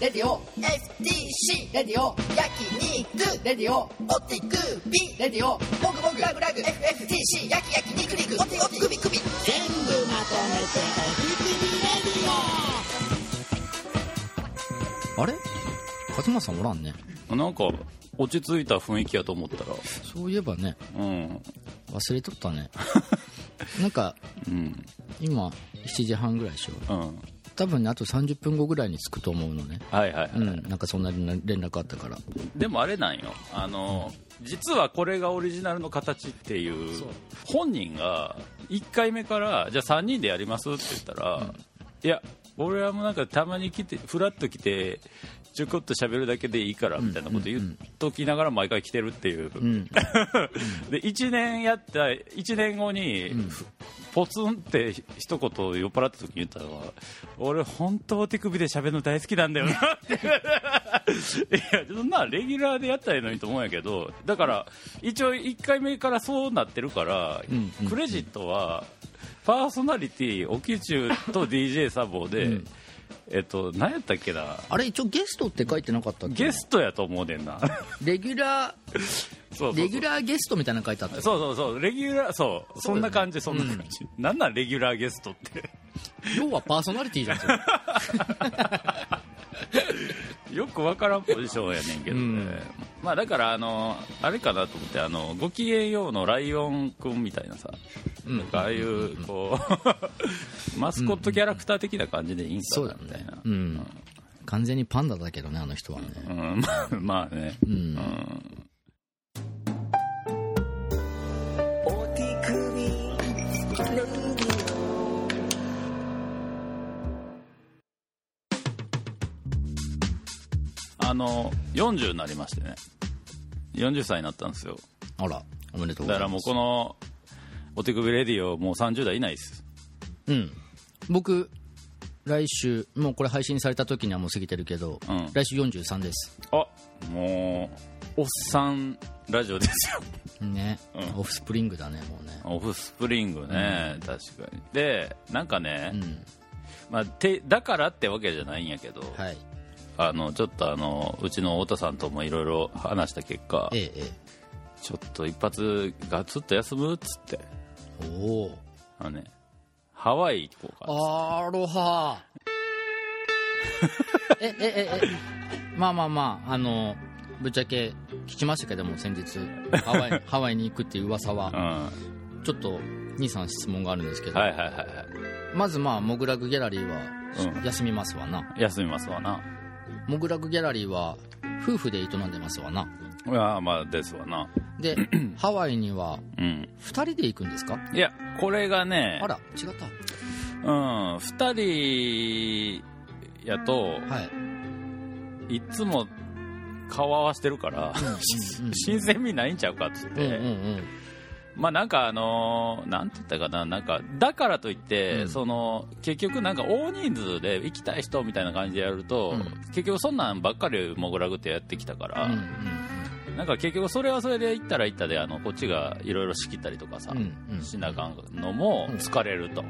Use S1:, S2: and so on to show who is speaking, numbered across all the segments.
S1: レディオ STC レディオ焼肉レディオおてくびレディオもぐもぐラグラグ FFTC 焼き焼き肉肉おておてくびくび全部まとめて
S2: あれ勝間さんおらんね
S3: なんか落ち着いた雰囲気やと思ったら
S2: そういえばね
S3: うん
S2: 忘れとった ねなんか
S3: うん
S2: 今7時半ぐらいでしょ
S3: うん
S2: 多分ねあと30分後ぐらいに着くと思うのね
S3: はいはい、
S2: うんなんかそんな連絡あったから
S3: でもあれなんよあの実はこれがオリジナルの形っていう本人が1回目からじゃあ3人でやりますって言ったら、いや俺はもうなんかたまに来てフラッと来てちょこっと喋るだけでいいからみたいなこと言っときながら毎回来てるっていう、
S2: ん
S3: で1年やった1年後に、ポツンって一言酔っ払った時に言ったのは俺本当手首で喋るの大好きなんだよな っていやそんなレギュラーでやったらいいのにと思うんやけどだから一応1回目からそうなってるから、
S2: んうん
S3: クレジットはパーソナリティおきちゅうと DJ サボで、えっと何やったっけな
S2: あれ一応ゲストって書いてなかったっけ
S3: ゲストやと思うねんな
S2: レギュラ
S3: そうそ
S2: ーレ
S3: うそう
S2: ギュラーゲストみたいなの書いてあった
S3: そうそうそうレギュラーそうそんな感じそんな感じ、なんなんレギュラーゲストって
S2: 要はパーソナリティじゃんそれ
S3: よくわからんポジションやねんけどね、
S2: うん
S3: まあだからあのあれかなと思ってあのごきげんようのライオンくんみたいなさ、
S2: ん
S3: なんかああいうこう マスコットキャラクター的な感じでいいんか
S2: そう
S3: な
S2: だ
S3: みたい
S2: ね
S3: な
S2: うん、完全にパンダだけどねあの人はね
S3: うんまあまあね、
S2: うん、
S3: うん、あの40になりましてね40歳になったんですよ
S2: あらおめでとうご
S3: だ
S2: ざ
S3: か
S2: いま
S3: ら
S2: す
S3: もうこのお手首レディオもう30代いないです
S2: うん、僕来週もうこれ配信された時にはもう過ぎてるけど、
S3: うん
S2: 来週43です
S3: あもうおっさんラジオですよ
S2: ね、
S3: うん
S2: オフスプリングだねもうね
S3: オフスプリングね、確かにでなんかね、
S2: うん
S3: まあ、てだからってわけじゃないんやけど、
S2: はい
S3: あのちょっとあのうちの太田さんともいろいろ話した結果
S2: えええ
S3: ちょっと一発ガツッと休むっつって
S2: えおお
S3: あのねハワイ行こうか
S2: アロハ ええええまあまあまああのぶっちゃけ聞きましたけども先日ハワ イハワイに行くっていう噂
S3: う
S2: は
S3: ん
S2: ちょっと兄さん質問があるんですけど、
S3: はいはいはいは
S2: まずまあモグラグギャラリーは
S3: うん
S2: 休みますわな、
S3: い休みますわな
S2: モグラグギャラリーは夫婦で営んでますわない
S3: やまあですわな
S2: でハワイには
S3: うん
S2: 2人で行くんですか
S3: いやこれがね
S2: あら違った
S3: うん2人やと
S2: はい、
S3: いつも顔合わしてるから
S2: うんうん
S3: 新鮮味ないんちゃうかっつって、
S2: うんうんうん
S3: まあなんかあのーなんて言ったかな、なんか、だからといって、
S2: うん
S3: その、結局なんか大人数で行きたい人みたいな感じでやると、
S2: うん
S3: 結局そんなんばっかりモグラグってやってきた
S2: う
S3: か
S2: ん
S3: ら、なんか結局それはそれで行ったら行ったで、あの、こっちがいろいろ仕切ったりとかさ、
S2: うんうん
S3: しなあかんのも
S2: うん
S3: 疲れると。
S2: うん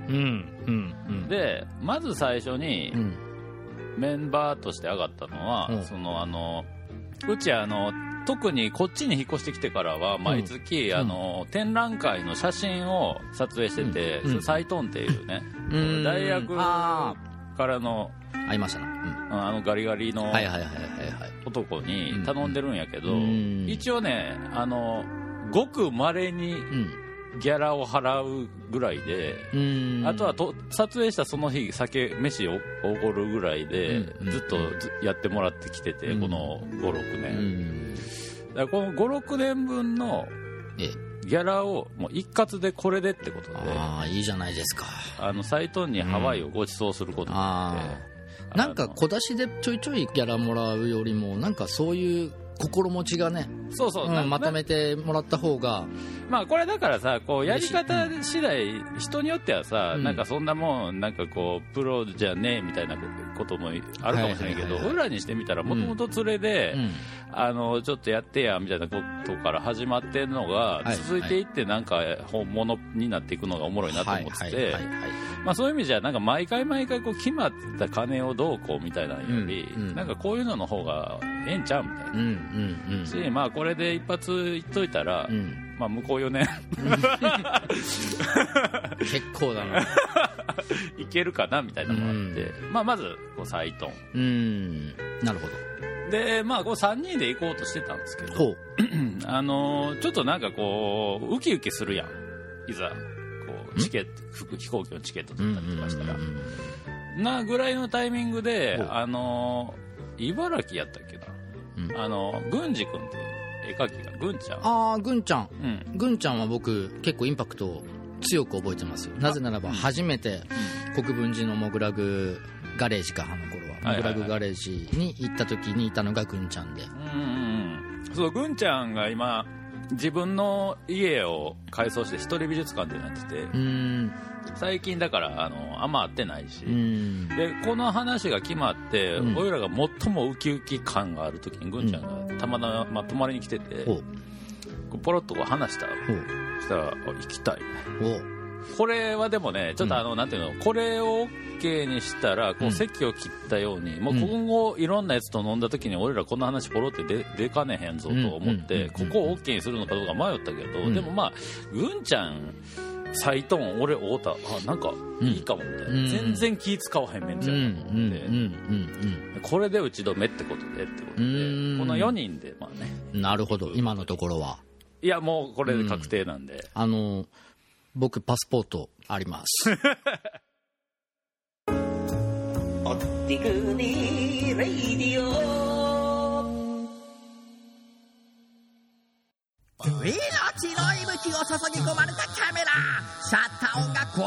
S2: うんうん
S3: で、まず最初に
S2: う、ん
S3: メンバーとして上がったのは、
S2: うん
S3: そのあのうちあの特にこっちに引っ越してきてからは毎月、
S2: ん
S3: あの展覧会の写真を撮影してて、
S2: うん
S3: サイトンっていうね、
S2: うん
S3: 大学
S2: あ
S3: からの
S2: ー合いましたな、うん
S3: あのガリガリの
S2: はいはいはいはいはい
S3: 男に頼んでるんやけど、
S2: うん
S3: 一応ねあのごくまれに
S2: うん
S3: ギャラを払うぐらいで。
S2: うん
S3: あとはと撮影したその日酒飯をおごるぐらいで、
S2: うん
S3: ずっとずやってもらってきてて、
S2: うん
S3: この56
S2: う
S3: 年、
S2: ん
S3: だからこの56年分の
S2: ええ
S3: ギャラをもう一括でこれでってことであ
S2: ああいいじゃないですか
S3: のサイトにハワイをご馳走することになって
S2: あ、あなん
S3: あ
S2: か
S3: の
S2: 小出しでちょいちょいギャラもらうよりもなんかそういう心持ちがね、
S3: そうそう、な
S2: うんまとめてもらった方が
S3: まあこれだからさこうや
S2: 嬉
S3: り
S2: しい
S3: 方次第人によってはさ、
S2: うん
S3: なんかそんなもんなんかこうプロじゃねえみたいなこともあるかもしれな
S2: はいは
S3: いけど、
S2: いはいはい
S3: 俺らにしてみたらもともと連れで、
S2: うん
S3: あのちょっとやってやみたいなことから始まってんのが、
S2: はい
S3: 続いていってなんか本物になっていくのがおもろいなと思ってて、
S2: はいはいはい
S3: まあ、そういう意味じゃなんか毎回毎回こう決まった金をどうこうみたいなのより、
S2: うんうん
S3: なんかこういうのの方がええんちゃうみたいな
S2: うん、うんうん
S3: し、まあ、これで一発いっといたら、
S2: うん
S3: まあ、向こう4年
S2: 結構だな
S3: いけるかなみたいなのもあって、まあ、まずこうサイトン
S2: うんなるほ
S3: で、まあ、こう3人で行こうとしてたんですけ
S2: ど
S3: ど、
S2: ほう
S3: あのーちょっとなんかこうウキウキするやんいざこうチケット飛飛行機のチケット取ったりとかしたら、なぐらいのタイミングで
S2: ほう
S3: あのー茨城やったっけな、
S2: うん
S3: あの郡司君っていう絵描きが郡ちゃん
S2: ああぐんちゃん
S3: うん
S2: ぐんちゃんは僕結構インパクトを強く覚えてますよなぜならば初めて国分寺のモグラグガレージかあの頃はモ
S3: は
S2: グラ
S3: いはいはい
S2: グガレージに行った時にいたのがぐんちゃんで
S3: うんうんうんそう郡ちゃんが今自分の家を改装して一人美術館ってなってて
S2: うーん
S3: 最近だからあのあんま会ってないし、
S2: うーん
S3: でこの話が決まって、
S2: うん
S3: 俺らが最もウキウキ感がある時に郡ちゃんがたまたま泊まりに来てて、
S2: ほう
S3: こうポロッとこう話した
S2: ほ
S3: そしたらあ「行きたい」
S2: うほう
S3: これはでもねちょっとあの、なんていうのこれを OK にしたらこ
S2: う
S3: うん席を切ったように、もううん今後いろんなやつと飲んだ時に俺らこの話ポロって出出かねへんぞと思って、
S2: うんうん
S3: ここを OK にするのかどうか迷ったけど、
S2: うん
S3: でもまあぐんちゃん斎藤俺太田あなんかいいかもみたいな、
S2: うん
S3: 全然気使わへんめん
S2: うん
S3: ち
S2: う
S3: ゃ
S2: ん
S3: う、
S2: うんん
S3: これで打ち止めってことでってことで、
S2: うん
S3: この4人でまあね
S2: うんなるほど今のところはい
S3: やもうこれで確定なんで、
S2: あの僕パスポートあり ます
S1: おってくにレイディオ命の息吹を注ぎ込まれたカメラシャッター音が心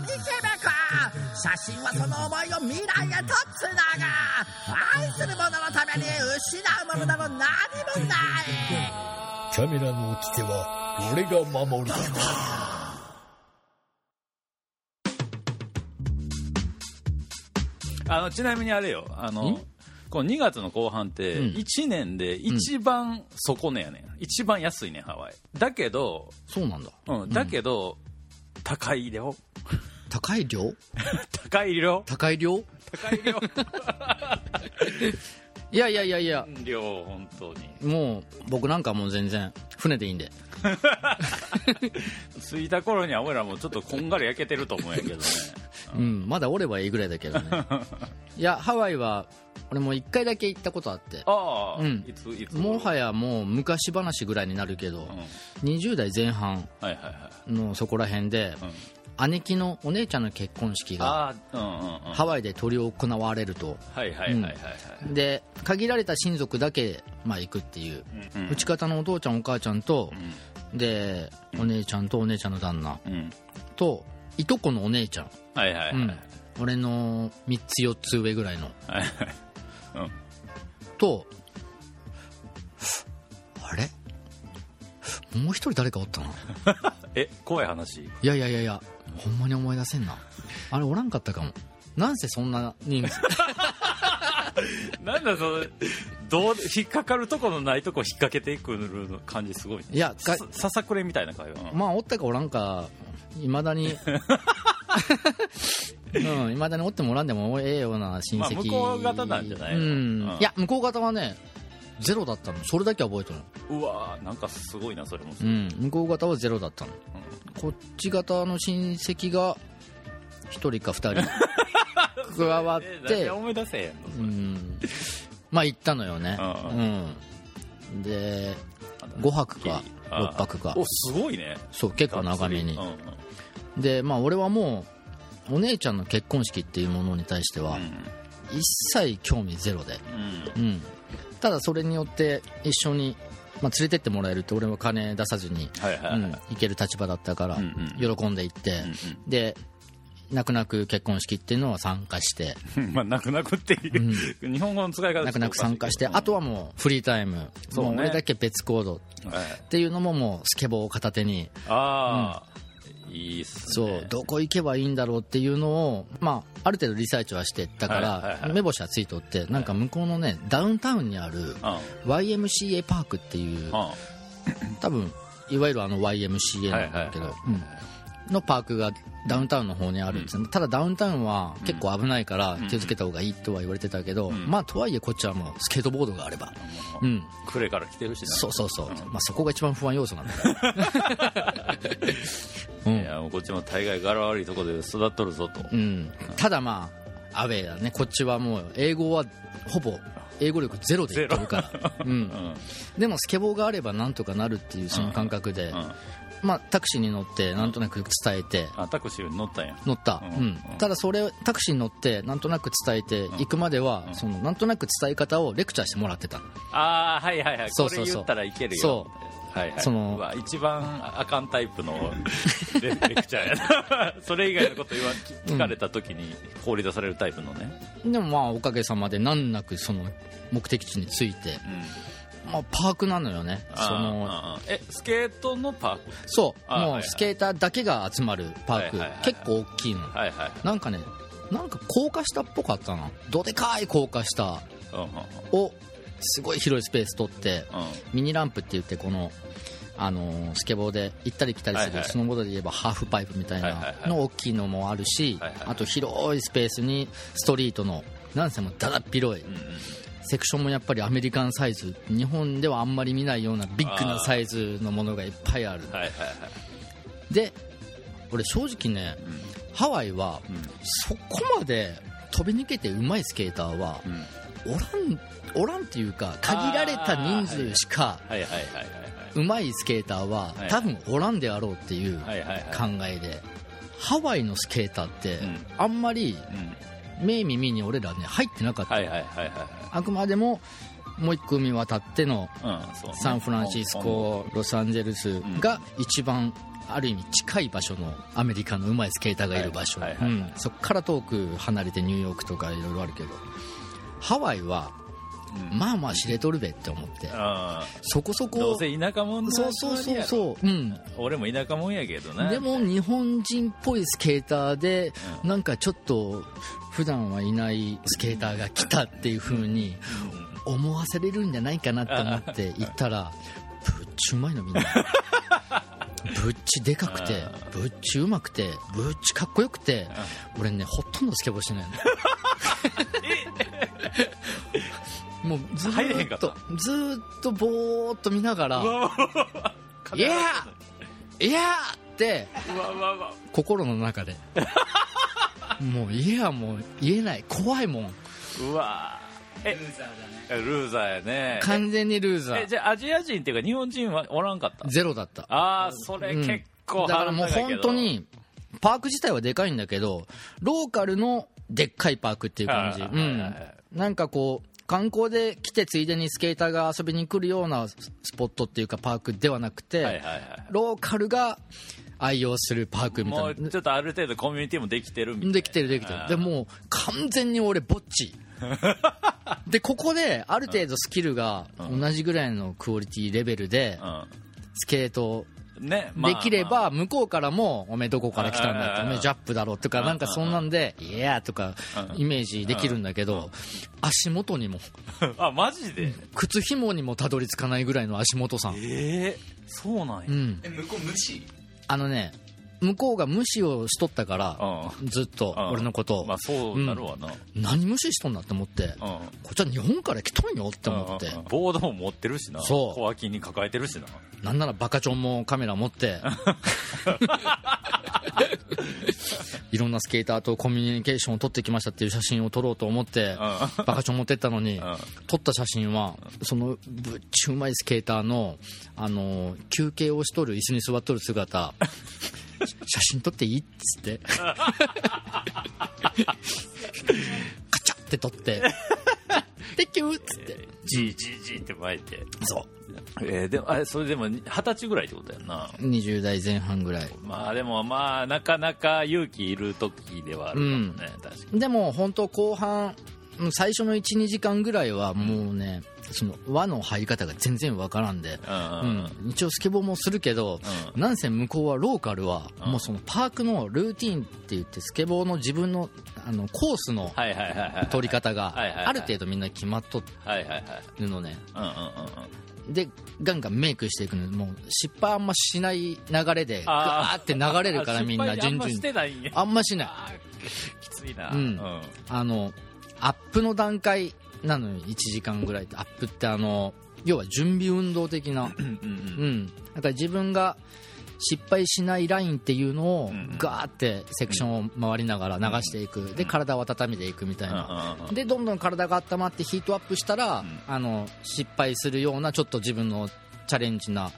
S1: に響く写真はその思いを未来へとつなぐ愛する者のために失うものなど何もない
S4: キャメラの掟は俺が守る。
S3: あのちなみにあれよあの
S2: ん
S3: この2月の後半って
S2: うん
S3: 1年で一番底値やねん、一番安いねんハワイだけど、
S2: そうなんだ
S3: うん、だけど、高い量
S2: 高い量
S3: 高い量
S2: 高い量
S3: 高い量
S2: いやいやいやいや
S3: 量本当に
S2: もう僕なんかもう全然船でいいんで
S3: 着いた頃には俺らもちょっとこんがり焼けてると思うんやけ どね
S2: うん、まだおればいいぐらいだけど ねいやハワイは俺も1回だけ行ったことあって
S3: ああ、
S2: うん
S3: いついつ
S2: もは
S3: や、
S2: やもう昔話ぐらいになるけど
S3: うん、、はい
S2: 20代前半
S3: はいは
S2: のそこら辺で
S3: い、うん、
S2: 姉貴のお姉ちゃんの結婚式が
S3: ああうんうんうん
S2: ハワイで執り行われると
S3: はいはいはいはいはい、
S2: で限られた親族だけ、まあ、行くっていう
S3: うんうん
S2: 打ち方のお父ちゃんお母ちゃんと
S3: う、ん
S2: でお姉ちゃんとお姉ちゃんの旦那
S3: うん
S2: といとこのお姉ちゃん、
S3: はいはいはい、
S2: うん、俺の3つ4つ上ぐらいの
S3: はいはいうん
S2: とあれもう一人誰かおったな
S3: え怖い話
S2: いやいやいやいやほんまに思い出せんなあれおらんかったかもなんせそんな人数
S3: なんだそのどう引っかかるとこのないとこ引っ掛けていくの感じすごいね
S2: いやか
S3: さささくれみたいな会話、
S2: まあおったかおらんかいまだ にうん、いまだにおってもおらんでもええような親
S3: まあ
S2: 戚、
S3: 向こう方なんじゃないの
S2: うん
S3: うん
S2: いや向こう方はねゼロだったのそれだけは覚えてる
S3: うわーなんかすごいなそれも、
S2: うん、向こう方はゼロだったの、こっち方の親戚が1人か2人 加わっ
S3: えー
S2: て
S3: 何思い出せへんの、
S2: うんまあ行ったのよね
S3: ああ
S2: うんで
S3: あ
S2: 5泊か
S3: ああ
S2: 6泊か
S3: おすごいね
S2: そう結構長めに
S3: うんうんうん
S2: でまあ俺はもうお姉ちゃんの結婚式っていうものに対しては一切興味ゼロで、うん、ただそれによって一緒に、まあ、連れてってもらえるって俺は金出さずに、
S3: はいは
S2: う
S3: い
S2: ん
S3: はい、
S2: 行ける立場だったから
S3: うん
S2: 喜んで行って、で泣く泣く結婚式っていうのは参加して
S3: うん、まあ泣く泣くっていう、日本語の使い方
S2: 泣く泣く参加して
S3: うん
S2: あとはもうフリータイム
S3: そうね
S2: もう俺だけ別行動
S3: はい
S2: っていうのももうスケボーを片手に
S3: ああ、いいす
S2: そう、
S3: ね。
S2: どこ行けばいいんだろうっていうのを、まあ、ある程度リサーチはしてったから、
S3: はいはいはい
S2: 目星はついとってなんか向こうのねダウンタウンにある
S3: うん。うん。
S2: YMCA パークっていう
S3: は
S2: 多分いわゆるあの YMCA なんだけど、
S3: はいは
S2: うんのパークがダウンタウンの方にあるんですよただダウンタウンは結構危ないから気をつけた方がいいとは言われてたけど、
S3: ん
S2: まあとはいえこっちはもうスケートボードがあれば、うん、
S3: クレから来てるしな。
S2: そうそうそう、まあ、そこが一番不安要素なんだよう
S3: い
S2: ん
S3: や、もうこっちも大概柄悪いとこで育っとるぞと。
S2: うん、ただまあアウェーだねこっちはもう英語はほぼ英語力ゼロで言ってる から、う、
S3: うんん。
S2: でもスケボーがあればなんとかなるっていうその感覚で、
S3: うん。
S2: まあ、タクシーに乗ってなんとなく伝えて
S3: あ、タクシーに乗ったんや。
S2: 乗った、
S3: うん
S2: うん
S3: うん
S2: ただそれタクシーに乗ってなんとなく伝えて行くまでは、そのなんとなく伝え方をレクチャーしてもらってた
S3: ああ、はいはいはい。
S2: そうそうそう
S3: これ言ったらいけるよ。。
S2: そう
S3: はいはい。
S2: その
S3: うわ一番あかんタイプ のレクチャーやな。 それ以外のこと言わ聞かれた時に放り出されるタイプのね。
S2: でもまあおかげさまで難なくその目的地に着いて、
S3: うん。
S2: まあ、パークなのよね
S3: あー
S2: その
S3: あーえ、スケートのパーク
S2: そう
S3: あはい
S2: も
S3: は
S2: う
S3: い
S2: スケーターだけが集まるパーク、
S3: はいはいはい
S2: 結構大きいの、
S3: はいはい。
S2: なんかねなんか高架下っぽかったなどでかい高架下
S3: うんうん
S2: をすごい広いスペース取って
S3: うん。
S2: ミニランプって言ってこの、あのースケボーで行ったり来たりする、
S3: はいはい
S2: スノーボードで言えばハーフパイプみたい
S3: はいはい
S2: な
S3: はい
S2: の大きいのもあるし、
S3: はいはい
S2: あと広いスペースにストリートのなんせもうだだっ広い、
S3: うんうん
S2: セクションもやっぱりアメリカンサイズ日本ではあんまり見ないようなビッグなサイズのものがいっぱいある
S3: はいはいはい。
S2: で俺正直ね
S3: うん
S2: ハワイは
S3: うん
S2: そこまで飛び抜けてうまいスケーターは
S3: うん
S2: おらんおらんっていうか限られた人数しか
S3: はいはいはいは
S2: うまいスケーターは
S3: はい
S2: 多分おらんであろうっていう考
S3: いはい。はいはいはい。
S2: えでハワイのスケーターって
S3: うん
S2: あんまり
S3: うん
S2: 目耳に俺らね入ってなかった
S3: はいはいはいは
S2: あくまでももう一個海渡っての
S3: いはい。うん、そうね
S2: サンフランシス。コロサンゼルスが一番ある意味近い場所のアメリカのうまいスケーターがいる場所、
S3: はいはいはいはい
S2: うんそこから遠く離れてニューヨークとかいろいろあるけどハワイは
S3: うん
S2: まあまあ知れとるべって思って
S3: あ
S2: そこそ
S3: あ、ど
S2: こ
S3: うせ田舎もんの
S2: そうそうそうそう、うん、
S3: 俺も田舎もんやけどな。
S2: でも日本人っぽいスケーターで
S3: うん
S2: なんかちょっと普段はいないスケーターが来たっていう風に思わせれるんじゃないかなと思って行ったらぶっちうまいのみんなぶっちでかくてぶっちうまくてぶっちかっこよくて俺ねほとんどスケボーしてないのもうず
S3: 入れへん
S2: ー
S3: か
S2: っ
S3: った
S2: とずーっとぼーっと見ながら
S3: うわうわ
S2: 「いやーいやー!」って
S3: うわうわうわ
S2: 心の中 でもう家はもう言えない怖いもん
S3: うわえルーザーだね。ルーザーやね。
S2: 完全にルーザ
S3: え、
S2: ー
S3: じゃあアジア人っていうか日本人はおらんかった
S2: ゼロだった
S3: ああ、それ結構
S2: だか
S3: 腹
S2: ら
S3: 立
S2: もう
S3: たけ
S2: 本
S3: ど
S2: 当。にパーク自体はでかいんだけどローカルのでっかいパークっていう感じ、
S3: はいうはいはいは
S2: ん
S3: い、
S2: なんかこう観光で来てついでにスケーターが遊びに来るようなスポットっていうかパークではなくて、
S3: はいはいはい。
S2: ローカルが愛用するパークみ
S3: も
S2: たいうな
S3: ちょっとある程度コミュニティもできてるみたいな。
S2: できてるできて
S3: あ
S2: る
S3: ー
S2: でもう完全に俺ぼっ ちでここである程度スキルが
S3: うん
S2: 同じぐらいのクオリティレベルでスケート
S3: うん。ね、まあ
S2: できれば向こうからも「おめえどこから来たんだ」って「
S3: うん
S2: おめえジャップだろ」とか
S3: うん
S2: なんかそんなんで「イエー!」とか
S3: うん
S2: イメージできるんだけど足元にも
S3: まあまああ、マジで
S2: 靴ひもにもたどり着かないぐらいの足元さん
S3: ええそうなんや。
S2: う
S3: うん
S5: え向こう無視
S2: あのね向こうが無視をしとったからずっと
S3: うん
S2: 俺のことを
S3: まあそうなるわな。
S2: 何無視しとんだって思って
S3: うん。
S2: こっちは日本から来とんよって
S3: うん
S2: 思って
S3: うんうんボードも持ってるしな
S2: そう
S3: 小脇に抱えてるしな
S2: なんならバカチョンもカメラ持って いろんなスケーターとコミュニケーションを取ってきましたっていう写真を撮ろうと思って
S3: う
S2: バカチョン持ってったのに
S3: ん
S2: 撮った写真はそのぶっちうまいスケーターのあのー休憩をしとる椅子に座っとる姿写真撮っていいっつって カチャって撮 って「テッキュー!」っつって
S3: じいじいじいって巻いて
S2: そ
S3: えーでもあれそれでも二十歳ぐらいってことやんな
S2: う20代前半ぐらい
S3: まあでもまあなかなか勇気いる時ではあるかもね、確かに
S2: でも本当後半うん最初の12時間ぐらいはもうねその輪の入り方が全然わからんで、
S3: うん
S2: う
S3: うん
S2: ん、一応スケボーもするけど、なんせ向こうはローカルは、もうそのパークのルーティーンって言ってスケボーの自分のあのコースの
S3: はいはいはいはい
S2: 取り方が
S3: はいはいはい
S2: ある程度みんな決まっと
S3: はいはいはい
S2: るのね
S3: うんうんうんうん
S2: でガンガンメイクしていくのもう失敗あんましない流れでガ
S3: あ
S2: ーって流れるからみんな
S3: 失敗あ
S2: 順
S3: んま
S2: 々に
S3: してないんや
S2: あんましない
S3: あーきついな
S2: うんあのアップの段階なのに1時間ぐらいってアップってあの要は準備運動的 な
S3: うんうん
S2: うん、だから自分が失敗しないラインっていうのを
S3: ん
S2: ガーってセクションを回りながら流していくで体を温めていくみたいな
S3: うん
S2: でどんどん体が温まってヒートアップしたら
S3: ん
S2: あの失敗するようなちょっと自分のチャレンジな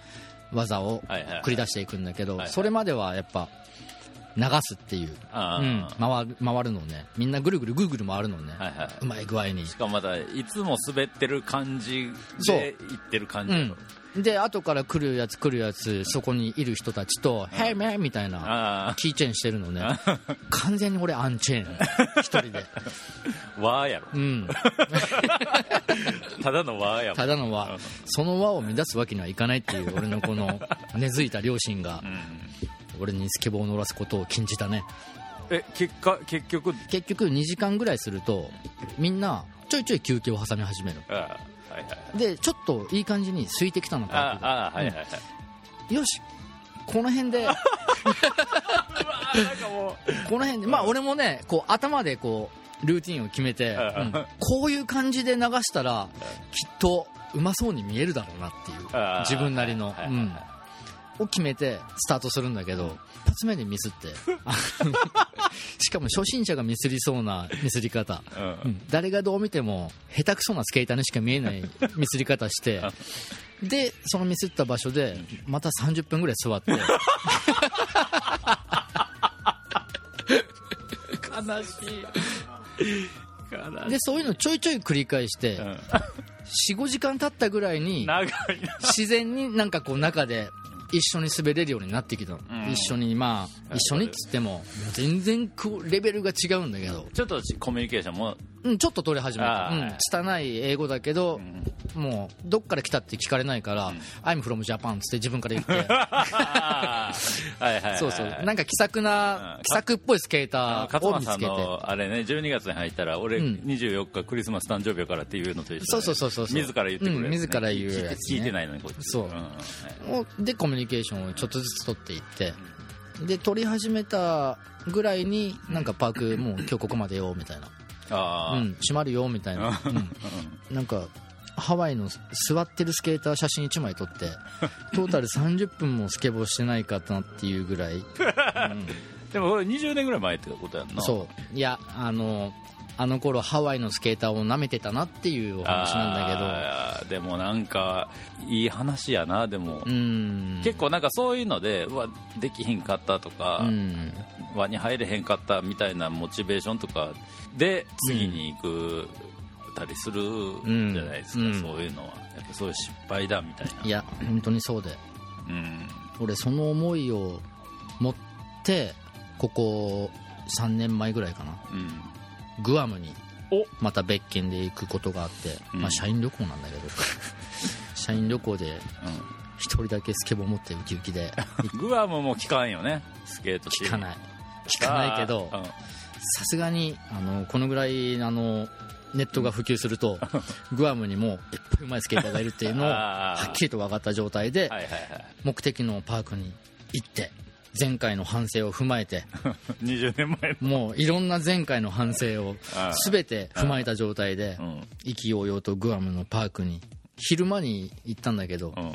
S2: 技を
S3: はいはいはい
S2: 繰り出していくんだけど
S3: いはい
S2: それまではやっぱ流すっていう、
S3: あ
S2: う
S3: ー
S2: ん、回る回るのねみんなぐるぐるぐるぐる回るのね
S3: はいはいう
S2: まい具合に
S3: しかもまたいつも滑ってる感じ
S2: そう
S3: で行ってる感じの、
S2: うん、で後から来るやつ来るやつそこにいる人たちと「ヘイメイ!」みたいな
S3: あ
S2: キーチェーンしてるのね完全に俺アンチェーン一人で
S3: あ和やろ
S2: うん
S3: ただの和やも
S2: た
S3: ん
S2: だの輪その輪を乱すわけにはいかないっていう俺のこの根付いた両親が俺にスケボーを乗らすことを禁じたね
S3: え結果結局
S2: 結局2時間ぐらいするとみんなちょいちょい休憩を挟み始める
S3: ああはいはいはい
S2: でちょっといい感じに空いてきたのか
S3: ああああはいはいはい、
S2: よしこの辺で
S3: なんかもう
S2: この辺でまあ俺もねこう頭でこうルーティンを決めて、
S3: うん
S2: うんこういう感じで流したらきっとうまそうに見えるだろうなっていう
S3: あー
S2: 自分なりの
S3: は、いうはい
S2: ん、を決めてスタートするんだけど 一発目でミスってしかも初心者がミスりそうなミスり方
S3: うん
S2: うん誰がどう見ても下手くそなスケーターにしか見え ないミスり方してでそのミスった場所でまた30分ぐらい座って
S3: 悲しい悲しい
S2: でそういうのちょいちょい繰り返して
S3: うん
S2: 45時間経ったぐらいに
S3: 長いな
S2: 自然になんかこう中で一緒に滑れるようになってきたの、
S3: うん
S2: 一緒にまあ一緒にっつっても全然こうレベルが違うんだけど、
S3: ちょっとコミュニケーションも
S2: うん、ちょっと取れ始めた、
S3: あー
S2: うん、拙い英語だけど、もうどっから来たって聞かれないから「I'm from Japan」っつって自分から 言って
S3: ああはいはいはいはい
S2: そうそうなんか気さく
S3: う
S2: なん気さくっぽいスケー
S3: あの
S2: ターを
S3: 勝間
S2: 見
S3: さ
S2: つ
S3: ん
S2: けて
S3: のあれね12月に入ったら俺
S2: うん
S3: 24日クリスマス誕生日やからっていうのと一緒で
S2: そうそうそうそうそう
S3: 自ら言ってくれるやつね、
S2: うん自ら言うやつね
S3: 聞いて聞いてないのにこっち
S2: そうをでコミュニケーションをちょっとずつ取っていってで取り始めたぐらいになんかパークもう今日ここまでよみたいな
S3: ああ
S2: うん、閉まるよみたいな、うんなんかハワイの座ってるスケーター写真1枚撮ってトータル30分もスケボーしてないかなっていうぐらい
S3: でもこれ20年ぐらい前ってことやんな
S2: そういやあのあの頃ハワイのスケーターを舐めてたなっていうお話なんだ
S3: あーでもなんかいい話やなでも、
S2: けどうん
S3: 結構なんかそういうのでうわできひんかったとか、
S2: うん
S3: 輪に入れへんかったみたいなモチベーションとかで次に行くたりする
S2: ん
S3: じゃないですか、
S2: うん
S3: そういうのはやっぱそういう失敗だみたいない
S2: や本当にそうで
S3: うん
S2: 俺その思いを持ってここ3年前ぐらいかな
S3: うん
S2: グアムに
S3: お
S2: また別件で行くことがあって、
S3: うん
S2: まあ、社員旅行なん だけど社員旅行で一人だけスケボー持ってウキウキで
S3: うん、グアムも聞かんよねスケート
S2: 聞かないい聞かないけど
S3: あー
S2: さすがにあのこのぐらいあのネットが普及する とグアムにもいっぱいうまいスケーターがいるっていうのを
S3: あー
S2: はっきりと分かった状態で
S3: うんはいはいはい
S2: 目的のパークに行って前回の反省を踏まえ て
S3: 20年前
S2: もういろんな前回の反省を
S3: あー
S2: 全て踏まえた状態で
S3: のうん
S2: 意気揚々とグアムのパークに昼間に行ったんだけど
S3: うん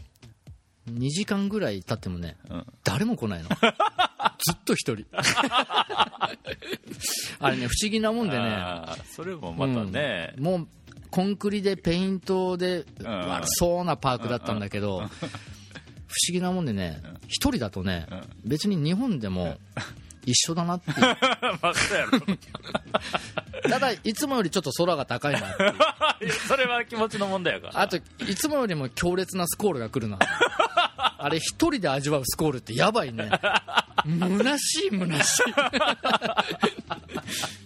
S2: 2時間ぐらい経ってもね、
S3: うん
S2: 誰も来 ないのずっと一人 あれね不思議なもんでね
S3: あーそれもまたね、
S2: もうコンクリでペイントで
S3: ん
S2: 悪そうなパークだったんだけど不思議なもんでね一人だとね別に日本でも一緒だなっていう
S3: またやろ
S2: ただいつもよりちょっと空が高いなっていう
S3: それは気持ちの問題やから
S2: あといつもよりも強烈なスコールが来るなあれ一人で味わうスコールってやばいね虚しい虚しい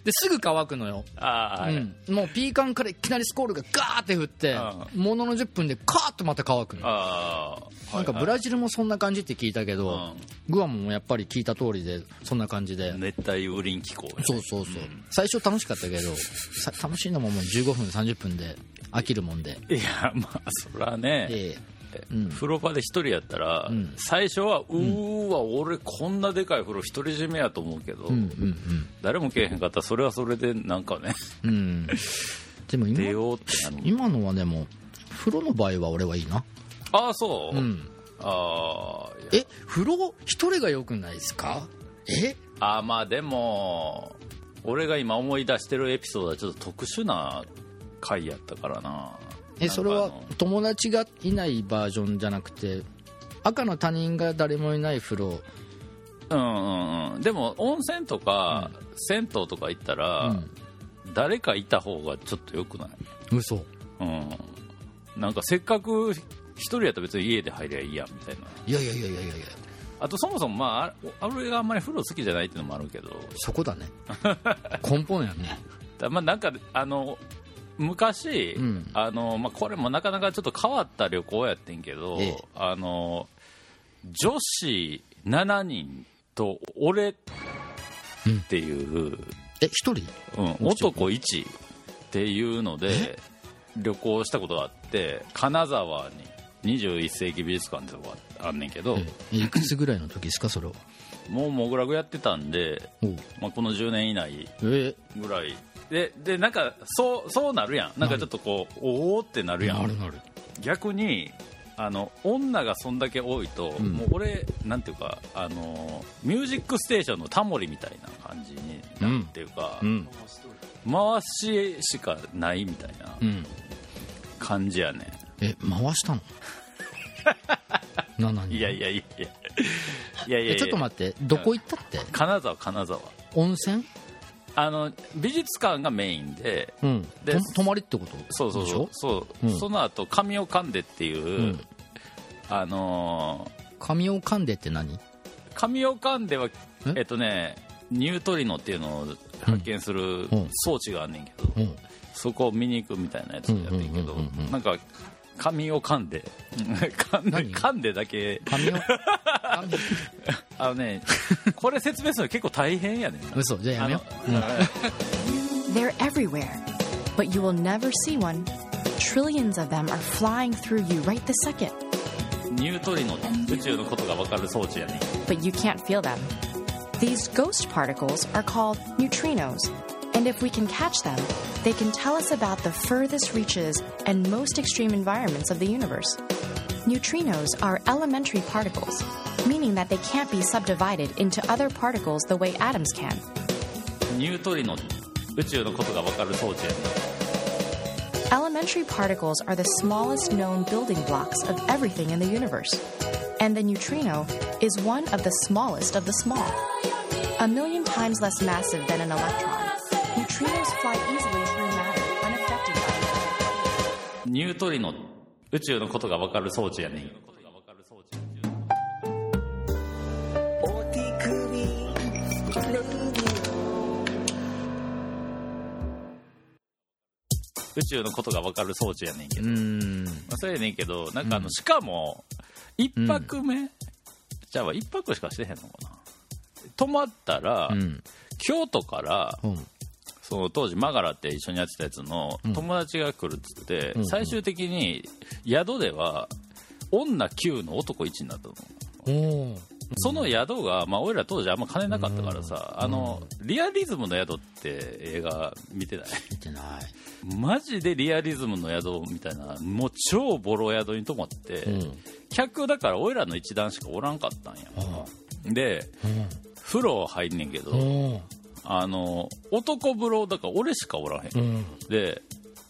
S2: ですぐ乾くのよ、
S3: ああ、
S2: うん、もうピーカンからいきなりスコールがガーって降って
S3: あ
S2: ものの10分でカーッとまた乾くの
S3: ああ
S2: なんかブラジルもそんな感じって聞いたけど、
S3: うん
S2: グアムもやっぱり聞いた通りでそんな感じで、
S3: 熱帯雨林気候
S2: そうそうそう、最初楽しかったけどさ楽しいのももう15分30分で飽きるもんで
S3: いやまあそらね、
S2: ええ
S3: 風呂場で一人やったら、
S2: ん
S3: 最初はうーわ俺こんなでかい風呂独り占めやと思うけど、
S2: うんうん
S3: 誰もけえへんかったらそれはそれでなんかね
S2: うんうんでも
S3: 出
S2: 今
S3: ようってなる
S2: 今のはでも風呂の場合は俺はいいな
S3: ああそう、
S2: うん
S3: ああいや
S2: え風呂一人がよくないですかえ
S3: あーまあでも俺が今思い出してるエピソードはちょっと特殊な回やったからな
S2: えそれ
S3: なん
S2: は
S3: かあの
S2: 友達がいないバージョンじゃなくて赤の他人が誰もいない風呂
S3: うんうんうんでも温泉とか、銭湯とか行ったら、誰かいた方がちょっとよくない
S2: 嘘
S3: うんなんかせっかく一人やったら別に家で入りゃいいやみたいない
S2: やいやいやいやいやいや
S3: あとそもそもまああ俺があんまり風呂好きじゃないっていうのもあるけど
S2: そこだね 根本やね
S3: だまあなんかあの昔、
S2: うん
S3: あのまあ、これもなかなかちょっと変わった旅行やってんけど、
S2: ええ
S3: あの女子7人と俺っていう、
S2: え一人
S3: うん男1っていうので旅行したことがあって金沢に21世紀美術館ってとこがあんねんけど、
S2: えいくつぐらいの時ですかそ れは
S3: もうモグラグやってたんで、
S2: おう
S3: まあ、この10年以内
S2: え
S3: ぐらいででなんかそうそうなるやんなんかちょっとこうおおってなるや
S2: なんるなる
S3: 逆にあの女がそんだけ多いと、もう俺なんていうかあのミュージックステーションのタモリみたいな感じになるっていうか、
S2: うん
S3: 回ししかないみたいな
S2: うん
S3: 感じやね
S2: え回した の7人
S3: いやいやいやいやいやいやいや
S2: えちょっと待ってどこ行ったって
S3: 金沢金沢
S2: 温泉
S3: あの美術館がメインで
S2: うん
S3: で
S2: と泊まりってこと
S3: そうそう
S2: でし
S3: そう
S2: ょ
S3: そう、
S2: うん
S3: その後紙を噛んでっていう、
S2: ん
S3: あの
S2: 髪を噛んでって何
S3: ー紙を噛んでは
S2: え
S3: えっとねニュートリノっていうのを発見する
S2: うん
S3: 装置があんねんけど、
S2: うん
S3: そこを見に行くみたいなやつやってんけど、
S2: うんうんうんうんうん
S3: なんか紙を噛んで噛んで
S2: 何
S3: 噛んでだけ
S2: 髪を髪
S3: あ のねこれ説明するの結構大変やねんな
S2: 嘘じゃあやめよう、うん、
S5: They're everywhere, but you will never see one. Trillions of them are flying through you right this second,
S3: ニュートリノって宇宙のことが分かる装置やねん
S5: but you can't feel them. These ghost particles are called neutrinos, and if we can catch them, they can tell us about the furthest reaches and most extreme environments of the universe. Neutrinos are elementary particles, meaning that they can't be subdivided into other particles the way atoms can.
S3: ニュートリノ宇宙のことが分かる装置やねん
S5: Elementary particles are the smallest known building blocks of everything in the universe. And the neutrino is one of the smallest of the small. A million times less massive than an electron, neutrinos fly easily through matter, unaffected by it.
S3: ニュートリノ宇宙のことが分かる装置やねん宇宙のことが分かる装置やねんけど、まあ、そうやねんけどなんかあの、しかも一泊目、じゃあ一泊しかしてへんのかな泊まったら、
S2: ん
S3: 京都から、
S2: うん
S3: その当時マガラって一緒にやってたやつの友達が来るっつって、最終的に宿では女9の男1になったの、
S2: おー
S3: その宿が、まあ、俺ら当時あんま金なかったからさ、あのリアリズムの宿って映画見てない
S2: 見てない
S3: マジでリアリズムの宿みたいなもう超ボロ宿に泊まって、
S2: うん
S3: 客だから俺らの一団しかおらんかったんや、で風呂入んねんけど、
S2: おー
S3: あの男風呂だから俺しかおらへ
S2: う
S3: ん
S2: ん
S3: で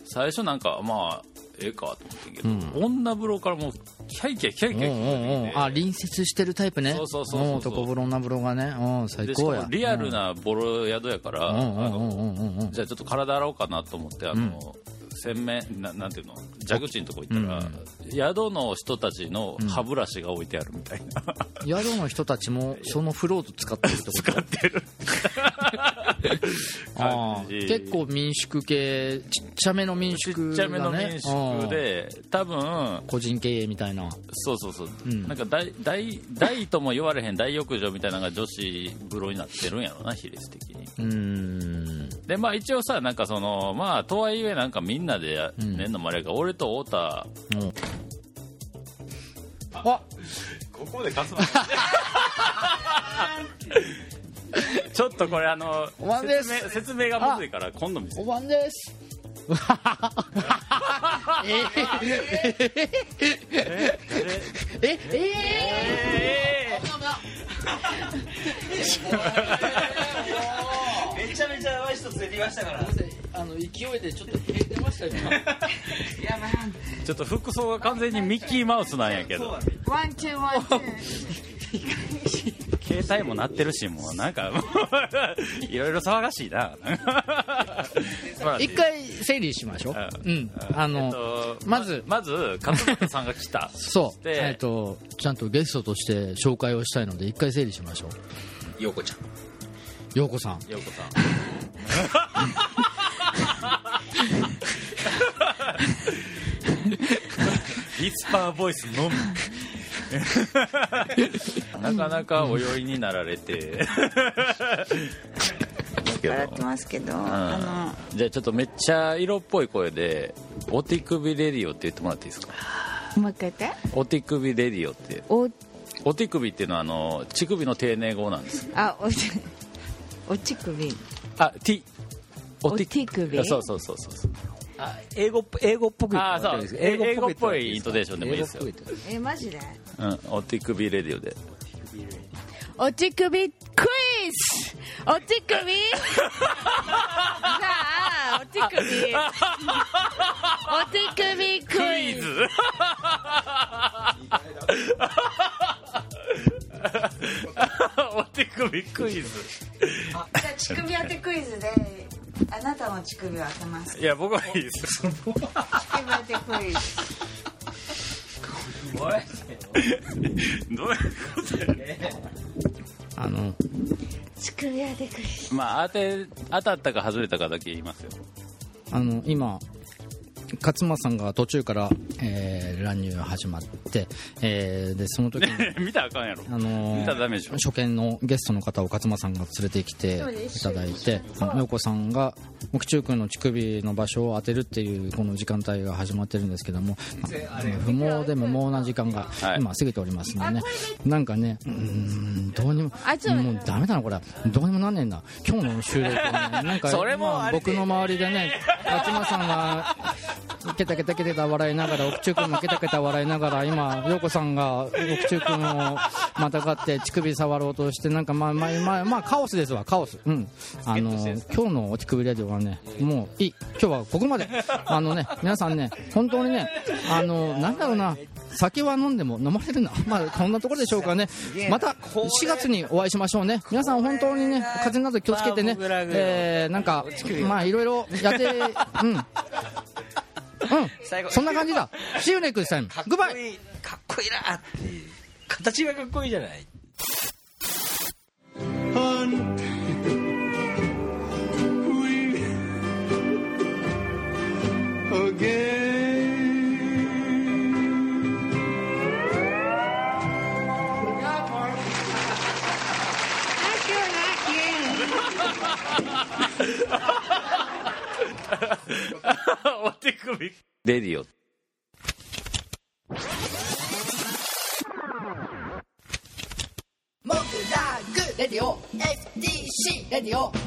S3: 最初なんかまあええかと思ってんけど、女風呂からもうキャイキャイキャイ
S2: うん
S3: キ
S2: う
S3: ャイ
S2: んうんあ隣接してるタイプね
S3: そうそうそうそうん
S2: 男風呂女風呂がねうん最
S3: でしか
S2: 高
S3: も
S2: や
S3: リアルなボロ宿やから、
S2: うんう
S3: あ
S2: んうんう
S3: の
S2: んうんうん
S3: じゃあちょっと体洗おうかなと思ってあの、洗面ななんていうの蛇口のとこ行ったら、宿の人たちの歯ブラシが置いてあるみたいな、
S2: 宿の人たちもそのフロート使ってるってこと使って るああ
S3: 感じ
S2: 結構民宿系ちっちゃめの民
S3: ち
S2: 宿
S3: っちゃめの
S2: だね
S3: 民宿で多分
S2: うん個人経営みたいな
S3: そうそうそう、
S2: うん
S3: なんか大大大とも言われへん大浴場みたいなのが女子風呂になってるんやろな比率的に
S2: うーん
S3: でまあ一応さなんかそのまあとはいえなんかみんなでや
S2: うん
S3: ねんのもあれやから、俺と太田
S2: うんあ
S3: ここで勝つちょっとこれあの
S2: おわんです
S3: 説明説明がむずいから今度見せ
S2: お
S3: る
S2: ばんですええええ
S6: めちゃめちゃやばい人連れてきましたから
S2: あの勢いでちょっと切れてましたよね
S3: ちょっと服装が完全にミッキーマウスなんやけど
S7: ワンチューワンチュー
S3: 携帯も鳴ってるしもうなんか もういろいろ騒がしいなま あ
S2: 一回整理しましょう
S3: う
S2: うんあの、
S3: えっと
S2: まず
S3: まず勝俣さんが来 た
S2: そう、
S3: で
S2: えっとちゃんとゲストとして紹介をしたいので一回整理しましょう
S6: 陽子ちゃん
S2: ようこさん
S3: 陽子さんリスパーボイスの みなかなかお酔いになられてですけど
S7: 笑ってますけど、あ
S3: じゃあちょっとめっちゃ色っぽい声で「お手首レディオ」って言ってもらっていいですか
S7: のもう一回言って
S3: お手首レディオって
S7: お
S3: お手首っていうのはあの乳首の丁寧語なんです
S7: あおちおち首
S3: あティ
S7: お手首
S3: そうそうそうそう
S6: 英語っぽ英語っぽく
S3: あそう英語っぽいイントネーションでもいいですよ、
S7: えマジで
S3: うん、お手首レディオで
S7: おち首クイズおち首さあおち首おち首クイズ
S3: お手首クイズ
S7: じゃあ乳首当てクイズであなたの乳首を当てます
S3: いや僕はいいです
S7: 乳首当てクイズ
S3: どういうことやね
S2: あの
S7: 乳首当てクイズ
S3: まあ当て当たったか外れたかだけ言いますよ
S2: あの今勝間さんが途中から、えー乱入が始まって、えーでその時 に
S3: 見たらあかんやろ
S2: あの
S3: 見たらダメでしょ
S2: 初見のゲストの方を勝間さんが連れてきていただいてあの陽子さんが木中君の乳首の場所を当てるっていうこの時間帯が始まってるんですけども、まあ、不毛で無毛な時間が
S3: い
S2: 今過ぎておりますのでね、なんかねうーんどうにも
S7: あちょっと
S2: もうダメだなこれどうにもなんねえんだ今日の収録、ね、なんか
S3: それもあれ
S2: 僕の周りでね勝間さんがケタケタケタ笑いながら奥中君もケタケタ笑いながら今陽子さんが奥中君をまたがって乳首触ろうとしてなんかまあまあまあ、まあ、カオスですわカオスうんあの今日のお乳首レディオはねもういい今日はここまであのね皆さんね本当にねあのなんだろうな酒は飲んでも飲まれるな、 まあ、こんなところでしょうかね、また4月にお会いしましょうね、皆さん、本当にね、風邪など気をつけてね、えーなんか、まあ、いろいろやって、うん、
S6: 最
S2: うん、
S6: 後
S2: そんな感じだ。See you next time.
S6: かっ
S2: Goodbye!
S6: こいいかっこいいなっていう形がかっこいいじゃない
S3: お手首レディオ
S8: モグラグレディオ FTC レディオ焼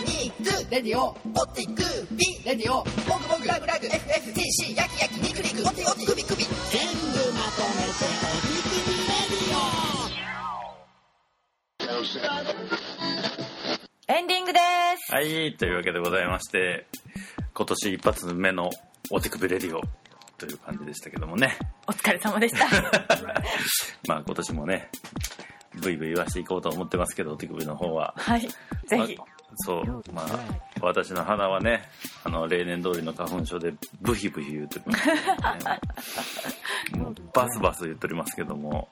S8: 肉レディオおてくびレディオモグモグラグラグ FFTC 焼き焼き肉肉おておてくびくび全部まとめておてくびレディオ
S7: エンディングです
S3: はいというわけでございまして今年一発目のお手首レディオという感じでしたけどもね
S7: お疲れ様で した。
S3: まあ今年もねブイブイ言わしていこうと思ってますけどお手首の方は
S7: はい。ぜひ
S3: ま。あそうまあ私の鼻はねあの例年通りの花粉症でブヒブヒ言っておりますけどね もうバスバス言っておりますけども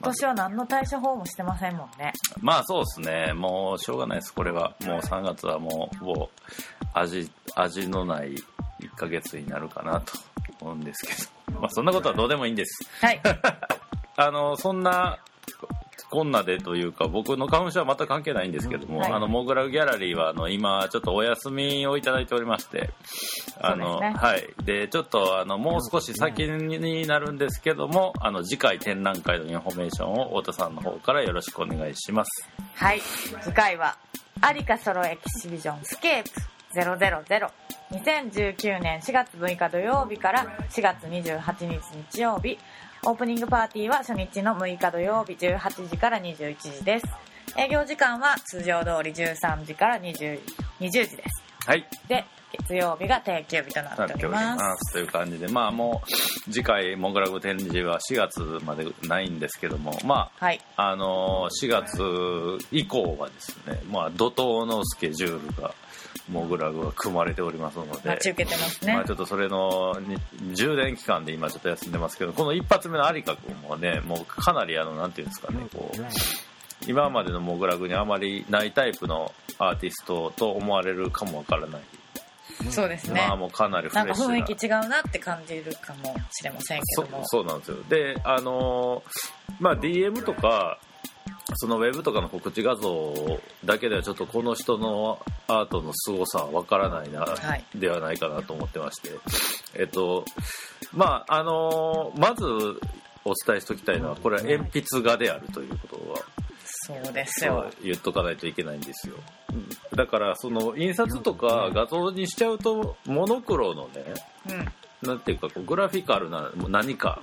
S9: 今年は何の対処法もしてませんもんね
S3: まあそうですねもうしょうがないですこれはもう3月はもうほぼ味味のない1ヶ月になるかなと思うんですけどまあそんなことはどうでもいいんです
S9: はい
S3: あのそんなこんなでというか僕の花粉症は全く関係ないんですけども、
S9: はい
S3: あのモグラギャラリーはあの今ちょっとお休みをいただいておりましてあの
S9: そうですね
S3: はいでちょっとあのもう少し先になるんですけどもあの次回展覧会のインフォメーションを太田さんの方からよろしくお願いします
S9: はい次回は「アリカソロエキシビジョンスケープ000」2019年4月6日土曜日から4月28日日曜日オープニングパーティーは初日の6日土曜日18時から21時です営業時間は通常通り13時から 20, 20時です
S3: はい
S9: で月曜日が定休日となっております
S3: という感じでまあもう次回モグラグ展示は4月までないんですけどもまあ
S9: はい
S3: あの4月以降はですね、まあ、怒涛のスケジュールがモグラグが組まれておりますので、
S9: 待ち受けてますね
S3: まあ、ちょっとそれのに充電期間で今ちょっと休んでますけどこの一発目の有香君もねもうかなりあのなんていうんですかねこう今までのモグラグにあまりないタイプのアーティストと思われるかもわからない、
S9: そうですね
S3: まあもうかなりフレ
S9: なん
S3: ッ
S9: か
S3: シュな
S9: 雰囲気違うなって感じるかもしれませんけ
S3: そ
S9: ども
S3: そうなんですよであのーまあ DM とかそのウェブとかの告知画像だけではちょっとこの人のアートの凄さはわからないな、
S9: はい
S3: ではないかなと思ってましてえっとまああのーまずお伝えしておきたいのはこれは鉛筆画であるということは
S9: そうですよ
S3: 言っとかないといけないんですよだからその印刷とか画像にしちゃうとモノクロのね
S9: うん
S3: なんていうかこうグラフィカルな何か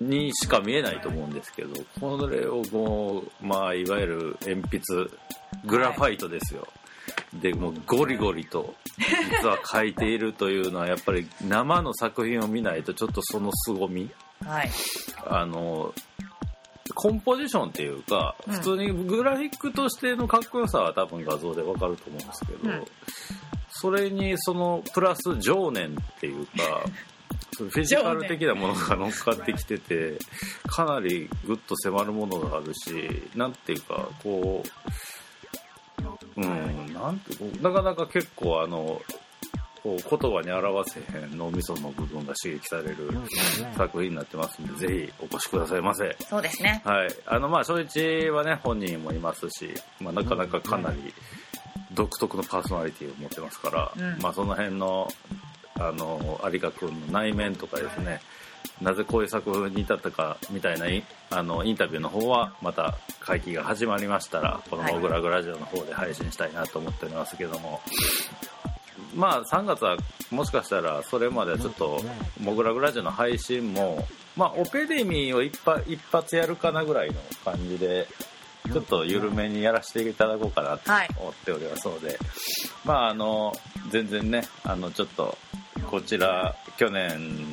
S3: にしか見えないと思うんですけどこれをもう、まあ、いわゆる鉛筆グラファイトですよ、でもうゴリゴリと実は描いているというのはやっぱり生の作品を見ないとちょっとその凄み
S9: はい
S3: あのコンポジションっていうか
S9: うん
S3: 普通にグラフィックとしてのかっこよさは多分画像でわかると思うんですけど、
S9: うん
S3: それにそのプラス情念って いうかそのフィジカル的なものが乗っかってきててかなりグッと迫るものがあるしなんていうかこううんなんていうかなかなか結構あのこう言葉に表せへん脳みその部分が刺激される作品になってますんで、ぜひお越しくださいませ。
S9: そうですね
S3: はい。あの、まあ、初日はね、本人もいますし、まあ、なかなかかなり独特のパーソナリティを持ってますから、
S9: うん
S3: まあ、その辺の、あの、有賀君の内面とかですね、なぜこういう作風に至ったかみたいないあのインタビューの方はまた会期が始まりましたらこの「
S9: はい
S3: モグラグラジオ」の方で配信したいなと思っておりますけども、まあ3月はもしかしたらそれまではちょっと「モグラグラジオ」の配信も、まあ、オペデミーを一発一発やるかなぐらいの感じでちょっと緩めにやらせていただこうかなと
S9: はい
S3: 思っておりますので、まああの全然ねあのちょっとこちら去年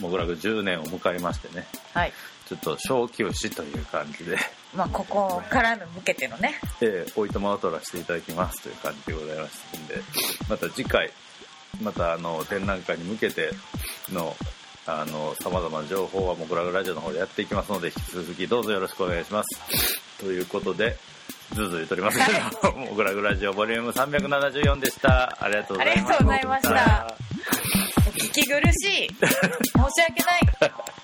S3: モグラグ10年を迎えましてね
S9: はい
S3: ちょっと小休止という感じで、
S9: まあここからの向けてのね
S3: えー、おいとまを取らせていただきますという感じでございますんで、また次回、またあの、展覧会に向けての、あの、様々な情報はもグラグラジオの方でやっていきますので、引き続きどうぞよろしくお願いします。ということで、ずうずう言っておりますけど、もグラグラジオボリューム374でした。ありがとうございました。
S9: ありがとうございましたお聞き苦しい申し訳ない